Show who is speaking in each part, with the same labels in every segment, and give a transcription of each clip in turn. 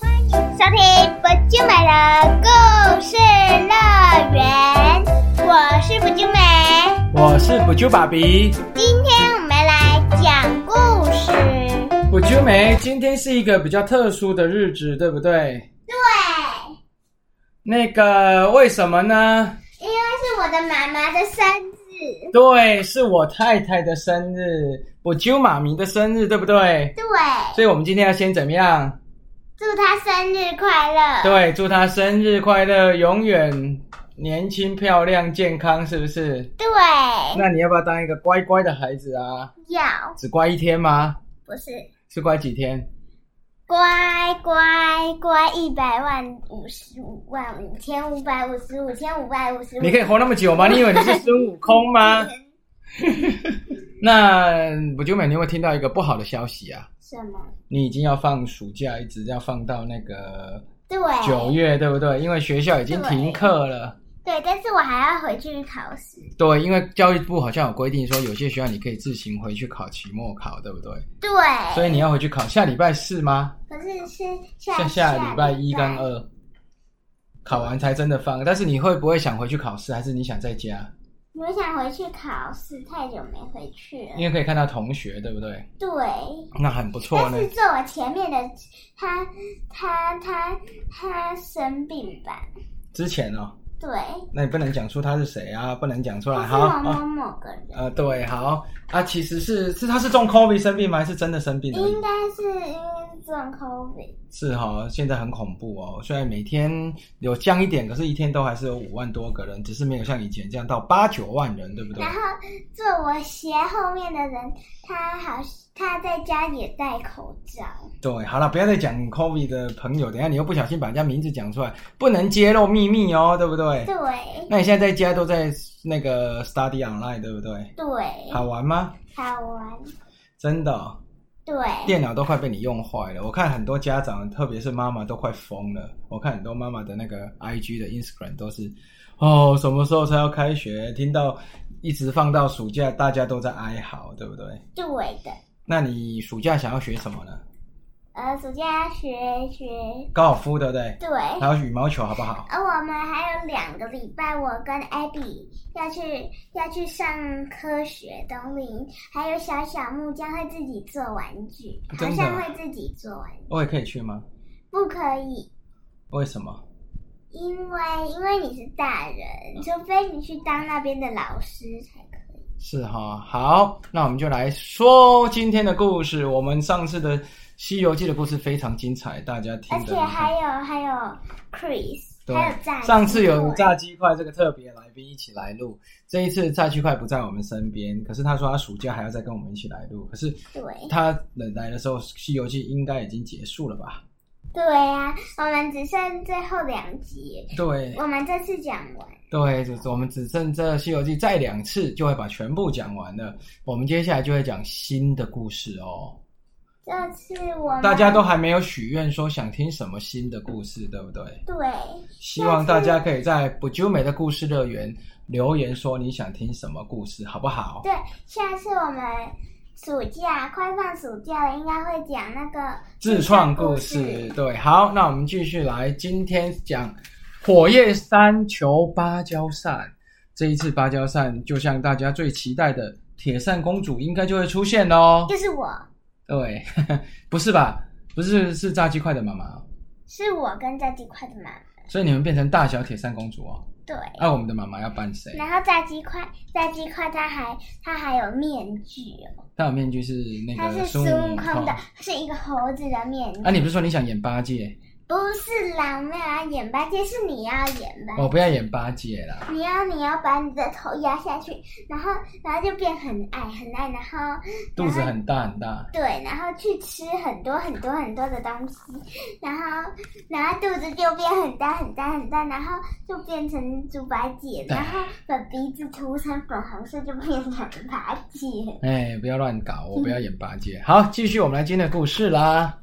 Speaker 1: 收听不就美的故事乐园，我是不就美。
Speaker 2: 我是不救爸比，
Speaker 1: 今天我们来讲故事，
Speaker 2: 不救梅。今天是一个比较特殊的日子，对不对？
Speaker 1: 对，
Speaker 2: 那个为什么呢？
Speaker 1: 因为是我的妈妈的生日，
Speaker 2: 对，是我太太的生日，不救妈咪的生日，对不对？
Speaker 1: 对，
Speaker 2: 所以我们今天要先怎么样？
Speaker 1: 祝她生日快乐。
Speaker 2: 对，祝她生日快乐，永远年轻、漂亮、健康，是不是？
Speaker 1: 对，
Speaker 2: 那你要不要当一个乖乖的孩子啊？
Speaker 1: 要
Speaker 2: 只乖一天吗？
Speaker 1: 不是
Speaker 2: 是乖几天？
Speaker 1: 乖乖乖一百万五十五万五千五百五十五千五百五十五，
Speaker 2: 你可以活那么久吗？你以为你是孙悟空 吗？那我就每天会听到一个不好的消息啊，
Speaker 1: 什么？
Speaker 2: 你已经要放暑假，一直要放到那个
Speaker 1: 对，
Speaker 2: 九月，对不对？因为学校已经停课了。
Speaker 1: 对，但是我还要回去考试。
Speaker 2: 对，因为教育部好像有规定说，有些学校你可以自行回去考期末考，对不对？
Speaker 1: 对，
Speaker 2: 所以你要回去考下礼拜四吗？
Speaker 1: 可是是
Speaker 2: 下
Speaker 1: 下
Speaker 2: 下礼拜一跟二考完才真的放。但是你会不会想回去考试，还是你想在家？
Speaker 1: 我想回去考试，太久没回去了。
Speaker 2: 因为可以看到同学，对不对？
Speaker 1: 对，
Speaker 2: 那很不错
Speaker 1: 但
Speaker 2: 呢。
Speaker 1: 是坐我前面的他，他他他生病吧？
Speaker 2: 之前哦，
Speaker 1: 对，
Speaker 2: 那你不能讲出他是谁啊，不能讲出
Speaker 1: 他
Speaker 2: 来。
Speaker 1: 哦是
Speaker 2: 好，
Speaker 1: 某
Speaker 2: 啊
Speaker 1: 某某个人，
Speaker 2: 呃，对，好啊，其实是是他是中 COVID 生病吗？还是真的生病
Speaker 1: 应
Speaker 2: 了？
Speaker 1: 该是因为中 COVID。
Speaker 2: 是哈，现在很恐怖哦。虽然每天有降一点，可是一天都还是有五万多个人，只是没有像以前这样到八九万人，对不对
Speaker 1: 然？后坐我斜后面的人，他好他在家也戴口罩。
Speaker 2: 对，好了，不要再讲 COVID 的朋友，等一下你又不小心把人家名字讲出来，不能揭露秘密哦，对不对
Speaker 1: 对？
Speaker 2: 那你现在在家都在那个 study online，对不对？
Speaker 1: 对，
Speaker 2: 好玩吗？
Speaker 1: 好玩。
Speaker 2: 真的哦、
Speaker 1: 对，
Speaker 2: 电脑都快被你用坏了。我看很多家长，特别是妈妈都快疯了。我看很多妈妈的那个 IG 的 Instagram 都是，哦，什么时候才要开学？听到一直放到暑假，大家都在哀嚎，对不对？
Speaker 1: 对的。
Speaker 2: 那你暑假想要学什么呢？
Speaker 1: 呃，暑假学学
Speaker 2: 高尔夫，对不对？
Speaker 1: 对，
Speaker 2: 还有羽毛球，好不好？
Speaker 1: 而我们还有两个礼拜，我跟 Abby 要去要去上科学冬令，还有小小木将会自己做玩具，好
Speaker 2: 真的啊
Speaker 1: 像会自己做玩具，
Speaker 2: 我也可以去吗？
Speaker 1: 不可以，
Speaker 2: 为什么？
Speaker 1: 因为因为你是大人，除非你去当那边的老师才可以。
Speaker 2: 是哈、好，那我们就来说今天的故事。我们上次的《西游记》的故事非常精彩，大家听
Speaker 1: 而
Speaker 2: 的。啊
Speaker 1: 且还有还有 Chris，还有炸
Speaker 2: 对，上次有
Speaker 1: 鸡腿
Speaker 2: 炸鸡块这个特别来宾一起来录，这一次炸鸡块不在我们身边，可是他说他暑假还要再跟我们一起来录，可是
Speaker 1: 对
Speaker 2: 他来的时候《西游记》应该已经结束了吧？
Speaker 1: 对呀、我们只剩最后两集，
Speaker 2: 对
Speaker 1: 我们这次讲完。
Speaker 2: 对，就是我们只剩这《西游记》再两次就会把全部讲完了，我们接下来就会讲新的故事哦。
Speaker 1: 这次我们
Speaker 2: 大家都还没有许愿说想听什么新的故事，对不对？
Speaker 1: 对
Speaker 2: 希望大家可以在不久美的故事乐园留言说你想听什么故事，好不好？
Speaker 1: 对，下次我们暑假快放暑假了，应该会讲那个
Speaker 2: 自创故事。。对，好，那我们继续来，今天讲火焰山求芭蕉扇。这一次芭蕉扇就像大家最期待的铁扇公主应该就会出现喽。
Speaker 1: 就是我，
Speaker 2: 对， 不是吧？不是，是炸鸡块的妈妈哦，
Speaker 1: 是我跟炸鸡块的妈妈。
Speaker 2: 所以你们变成大小铁扇公主哦。
Speaker 1: 对，
Speaker 2: 那、我们的妈妈要扮谁？
Speaker 1: 然后炸鸡块，炸鸡块它还它还有面具哦，
Speaker 2: 戴有面具是那
Speaker 1: 它
Speaker 2: 个
Speaker 1: 是
Speaker 2: 孙
Speaker 1: 孙
Speaker 2: 悟
Speaker 1: 悟
Speaker 2: 空
Speaker 1: 空的。，是一个猴子的面具。
Speaker 2: 啊，你不是说你想演八戒？
Speaker 1: 不是啦，我没有要演吧，这是你要演吧。
Speaker 2: 我哦不要演八戒啦。
Speaker 1: 你要你要把你的头压下去，然后然后就变很矮很矮，然后
Speaker 2: 肚子很大很大，
Speaker 1: 对，然后去吃很多很多很多的东西，然后然后肚子就变很大很大很大，然后就变成猪八戒，然后把鼻子涂成粉红色就变成八戒。
Speaker 2: 哎，不要乱搞，我不要演八戒。好，继续我们来今天的故事啦。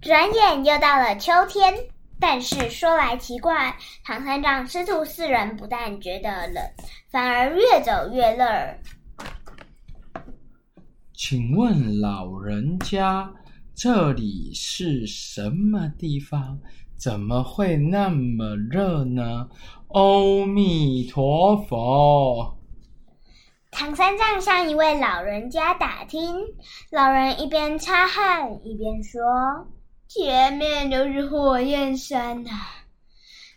Speaker 1: 转眼又到了秋天，但是说来奇怪，唐三藏师徒四人不但觉得冷，反而越走越热儿。
Speaker 2: 请问老人家，这里是什么地方？怎么会那么热呢？阿弥陀佛。
Speaker 1: 唐三藏向一位老人家打听，老人一边擦汗一边说：“前面就是火焰山呐、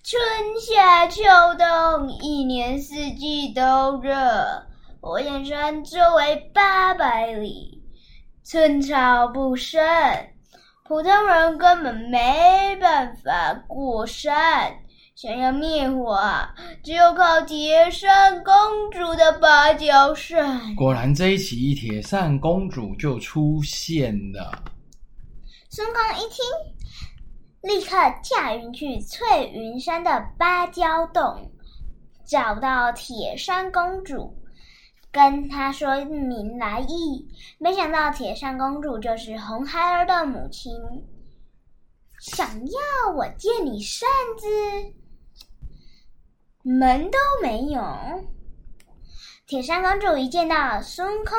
Speaker 1: 春夏秋冬一年四季都热。火焰山周围八百里，寸草不生，普通人根本没办法过山。想要灭火啊，只有靠铁扇公主的芭蕉扇。”
Speaker 2: 果然这一集铁扇公主就出现了。
Speaker 1: 孙公一听，立刻驾云去翠云山的芭蕉洞，找到铁扇公主，跟她说明来意。没想到铁扇公主就是红孩儿的母亲，想要我借你扇子，门都没有。铁扇公主一见到孙悟空，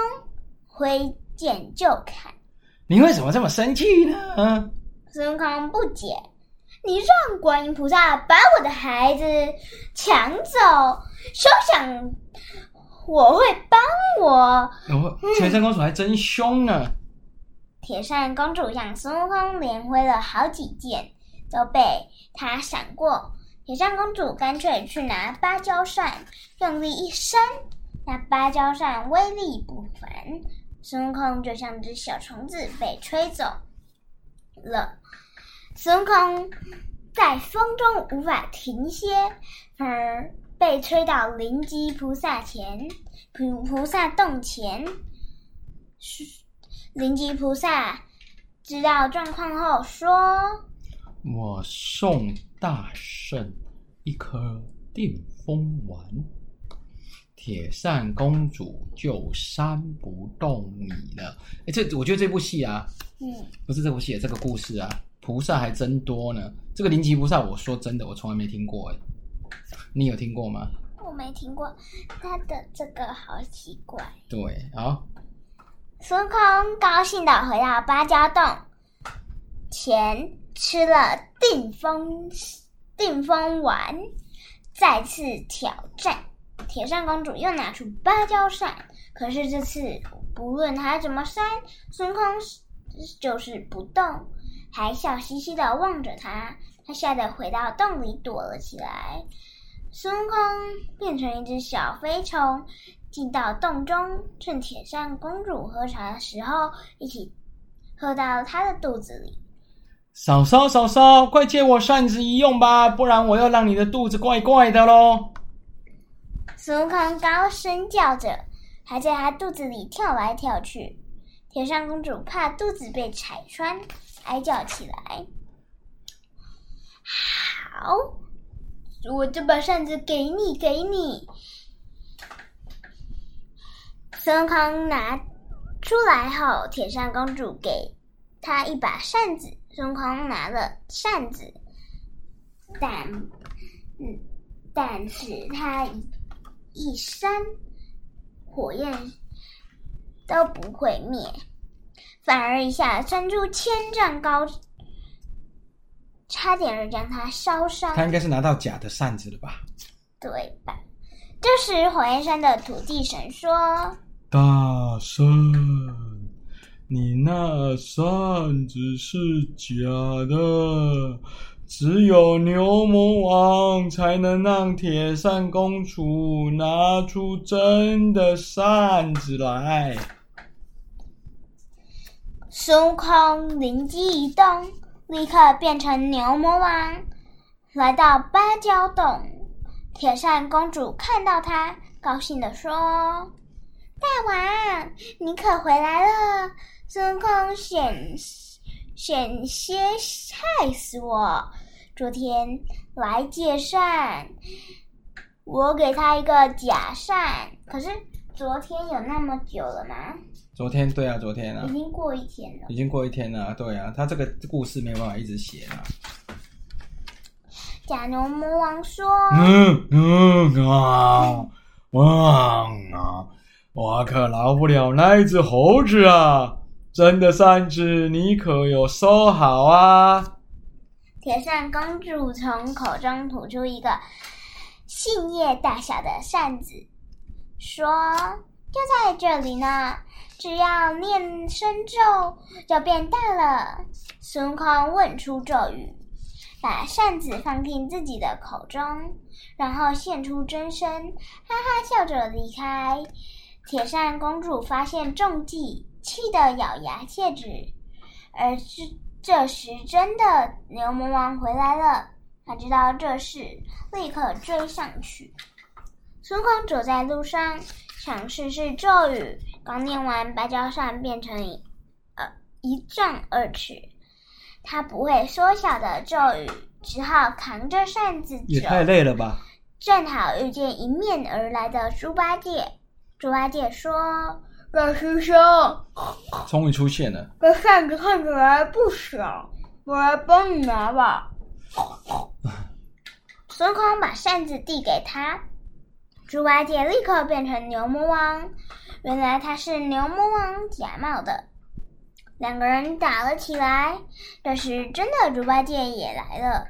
Speaker 1: 挥剑就砍。
Speaker 2: 你为什么这么生气呢？
Speaker 1: 孙悟空不解：“你让观音菩萨把我的孩子抢走，休想我会帮我
Speaker 2: 哦，铁扇公主还真凶啊呢。！”
Speaker 1: 铁扇公主让孙悟空连挥了好几箭，都被他闪过。铁扇公主干脆去拿芭蕉扇，用力一扇，那芭蕉扇威力不凡，孙悟空就像只小虫子被吹走了。孙悟空在风中无法停歇，反而被吹到灵吉菩萨前，菩菩萨洞前。是灵吉菩萨知道状况后说。
Speaker 2: 我送大圣一颗定风丸，铁扇公主就扇不动你了。哎，这我觉得这部戏啊，
Speaker 1: 嗯，
Speaker 2: 不是这部戏，这个故事啊，菩萨还真多呢。这个灵吉菩萨，我说真的，我从来没听过哎，你有听过吗？
Speaker 1: 我没听过，他的这个好奇怪。
Speaker 2: 对，好，
Speaker 1: 孙悟空高兴的回到芭蕉洞前，吃了定风定风丸，再次挑战。铁扇公主又拿出芭蕉扇，可是这次不论她怎么扇，孙悟空就是不动，还笑嘻嘻的望着她。他吓得回到洞里躲了起来。孙悟空变成一只小飞虫，进到洞中，趁铁扇公主喝茶的时候，一起喝到她的肚子里。
Speaker 2: 嫂嫂嫂嫂，快借我扇子一用吧，不然我要让你的肚子怪怪的喽。
Speaker 1: 孙悟空高声叫着，还在她肚子里跳来跳去。铁扇公主怕肚子被踩穿，哀叫起来。好，我这把扇子给你，给你。孙悟空拿出来后，铁扇公主给他一把扇子，孙悟空拿了扇子，但嗯，但是他一一扇，火焰都不会灭，反而一下窜出千丈高，差点儿将他烧伤。
Speaker 2: 他应该是拿到假的扇子了吧？
Speaker 1: 对吧？这时，火焰山的土地神说
Speaker 2: 大圣，你那扇子是假的，只有牛魔王才能让铁扇公主拿出真的扇子来。：“
Speaker 1: 孙悟空灵机一动，立刻变成牛魔王，来到芭蕉洞。铁扇公主看到他，高兴地说：‘大王，你可回来了！’孙悟空险险些害死我，昨天来借扇。”我给他一个假扇，可是昨天有那么久了吗？
Speaker 2: 昨天对啊，昨天啊
Speaker 1: 已，经过一天了。
Speaker 2: 已经过一天了，对啊，他这个故事没有办法一直写啊。
Speaker 1: 假牛魔王说
Speaker 2: 嗯嗯啊，哇啊！我可饶不了那一只猴子啊！真的扇子，你可有收好啊？：“
Speaker 1: 铁扇公主从口中吐出一个杏叶大小的扇子，说：“就在这里呢，只要念深咒就变大了。”孙悟空问出咒语，把扇子放进自己的口中，然后现出真身，哈哈笑着离开。铁扇公主发现中计，气得咬牙切齿。而这这时，真的牛魔王回来了，他知道这事，立刻追上去。孙悟空走在路上，想试试咒语，刚念完，芭蕉扇变成一呃一丈二尺。他不会缩小的咒语，只好扛着扇子
Speaker 2: 也
Speaker 1: 走。
Speaker 2: 太累了吧？
Speaker 1: 正好遇见迎面而来的猪八戒。猪八戒说：“这师兄，
Speaker 2: 终于出现了，
Speaker 1: 这扇子看起来不小，我来帮你拿吧。”孙悟空把扇子递给他，猪八戒立刻变成牛魔王。原来他是牛魔王假冒的。两个人打了起来。这时，真的猪八戒也来了，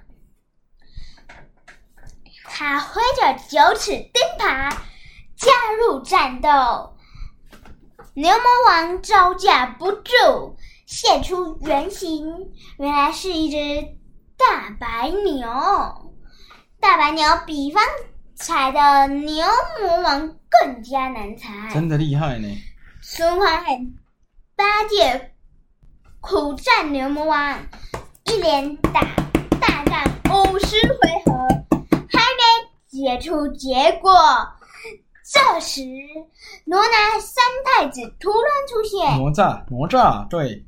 Speaker 1: 他挥着九齿钉耙加入战斗。牛魔王招架不住，现出原形，原来是一只大白牛。大白牛比方才的牛魔王更加难缠。
Speaker 2: 真的厉害呢。
Speaker 1: 孙悟空和八戒苦战牛魔王，一连打大战五十回合，还没解出结果。这时，罗南三太子突然出现，
Speaker 2: 哪吒，哪吒，对，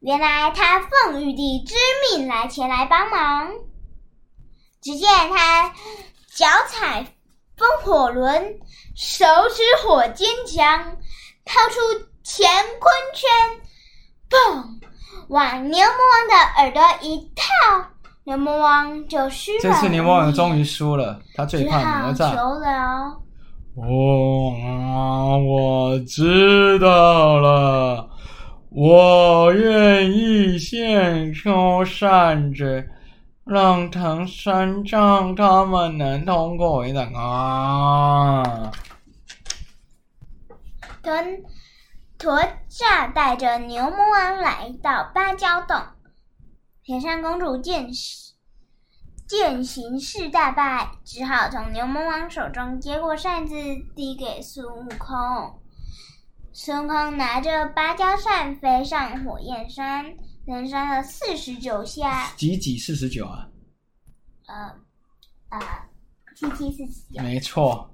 Speaker 1: 原来他奉玉帝之命来前来帮忙。只见他脚踩风火轮，手持火尖枪，掏出乾坤圈，嘣，往牛魔王的耳朵一套，牛魔王就虚了。
Speaker 2: 这次牛魔王终于输了，他最
Speaker 1: 只
Speaker 2: 怕
Speaker 1: 好
Speaker 2: 哪
Speaker 1: 求哦
Speaker 2: 吒。
Speaker 1: 饶。
Speaker 2: 我、啊我知道了，我愿意献出扇子，让唐三藏他们能通过围挡啊！
Speaker 1: 跟哪吒带着牛魔王来到芭蕉洞，铁扇公主见势见形势大败，只好从牛魔王手中接过扇子，递给孙悟空。孙悟空拿着芭蕉扇飞上火焰山，连扇了四十九下，
Speaker 2: 几几四十九啊？
Speaker 1: 呃呃，七七四十九，
Speaker 2: 没错，
Speaker 1: 呃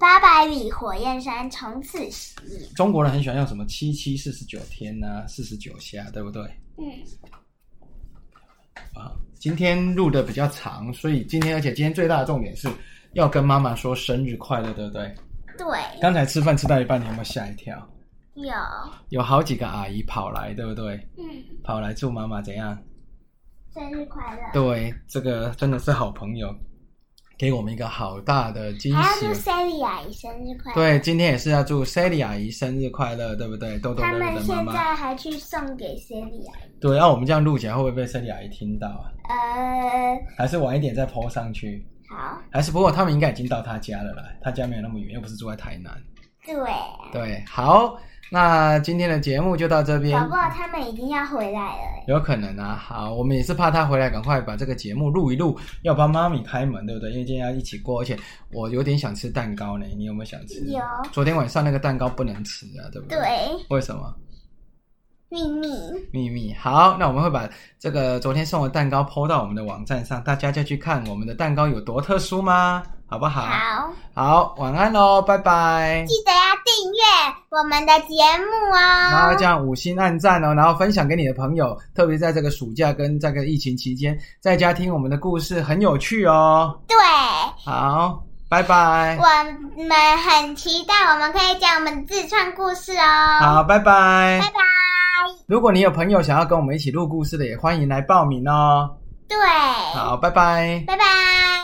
Speaker 1: 八百里火焰山从此熄灭。
Speaker 2: 中国人很喜欢用什么七七四十九天呐、啊，四十九下，对不对？
Speaker 1: 嗯，
Speaker 2: 啊，今天录的比较长，所以今天而且今天最大的重点是要跟妈妈说生日快乐，对不对？
Speaker 1: 对，
Speaker 2: 刚才吃饭吃到一半，你有没有吓一跳？
Speaker 1: 有，
Speaker 2: 有好几个阿姨跑来，对不对？
Speaker 1: 嗯。
Speaker 2: 跑来祝妈妈怎样？
Speaker 1: 生日快乐！
Speaker 2: 对，这个真的是好朋友，给我们一个好大的惊
Speaker 1: 还要祝
Speaker 2: 喜。
Speaker 1: Sally 阿姨生日快乐。
Speaker 2: 对，今天也是要祝 Sally 阿姨生日快乐，对不对？豆豆
Speaker 1: 他
Speaker 2: 乐乐
Speaker 1: 们
Speaker 2: 的妈
Speaker 1: 现
Speaker 2: 妈。
Speaker 1: 在还去送给 Sally 阿姨。
Speaker 2: 对，啊那、我们这样录起来会不会被 Sally 阿姨听到啊？
Speaker 1: 呃，
Speaker 2: 还是晚一点再 PO 上去？
Speaker 1: 好，
Speaker 2: 还是不过他们应该已经到她家了啦，她家没有那么远，又不是住在台南。
Speaker 1: 对，
Speaker 2: 对，好，那今天的节目就到这边
Speaker 1: 搞。不好他们已经要回来了。
Speaker 2: 有可能啊，好，我们也是怕他回来，赶快把这个节目录一录，要帮妈咪开门，对不对？因为今天要一起过，而且我有点想吃蛋糕呢，你有没有想吃？
Speaker 1: 有
Speaker 2: 昨天晚上那个蛋糕不能吃啊，对不对？。
Speaker 1: 对，
Speaker 2: 为什么？
Speaker 1: 秘密，
Speaker 2: 秘密。好，那我们会把这个昨天送的蛋糕抛到我们的网站上，大家就去看我们的蛋糕有多特殊吗？好不好？
Speaker 1: 好，
Speaker 2: 好晚安喽，拜拜。
Speaker 1: 记得要订阅我们的节目
Speaker 2: 然后这
Speaker 1: 哦。
Speaker 2: 样五星按赞哦，然后分享给你的朋友，特别在这个暑假跟这个疫情期间，在家听我们的故事很有趣哦。
Speaker 1: 对，
Speaker 2: 好，拜拜。
Speaker 1: 我们很期待我们可以讲我们自创故事哦。
Speaker 2: 好，拜拜
Speaker 1: 拜。拜。
Speaker 2: 如果你有朋友想要跟我们一起录故事的，也欢迎来报名哦。
Speaker 1: 对，
Speaker 2: 好，拜拜。
Speaker 1: 拜拜。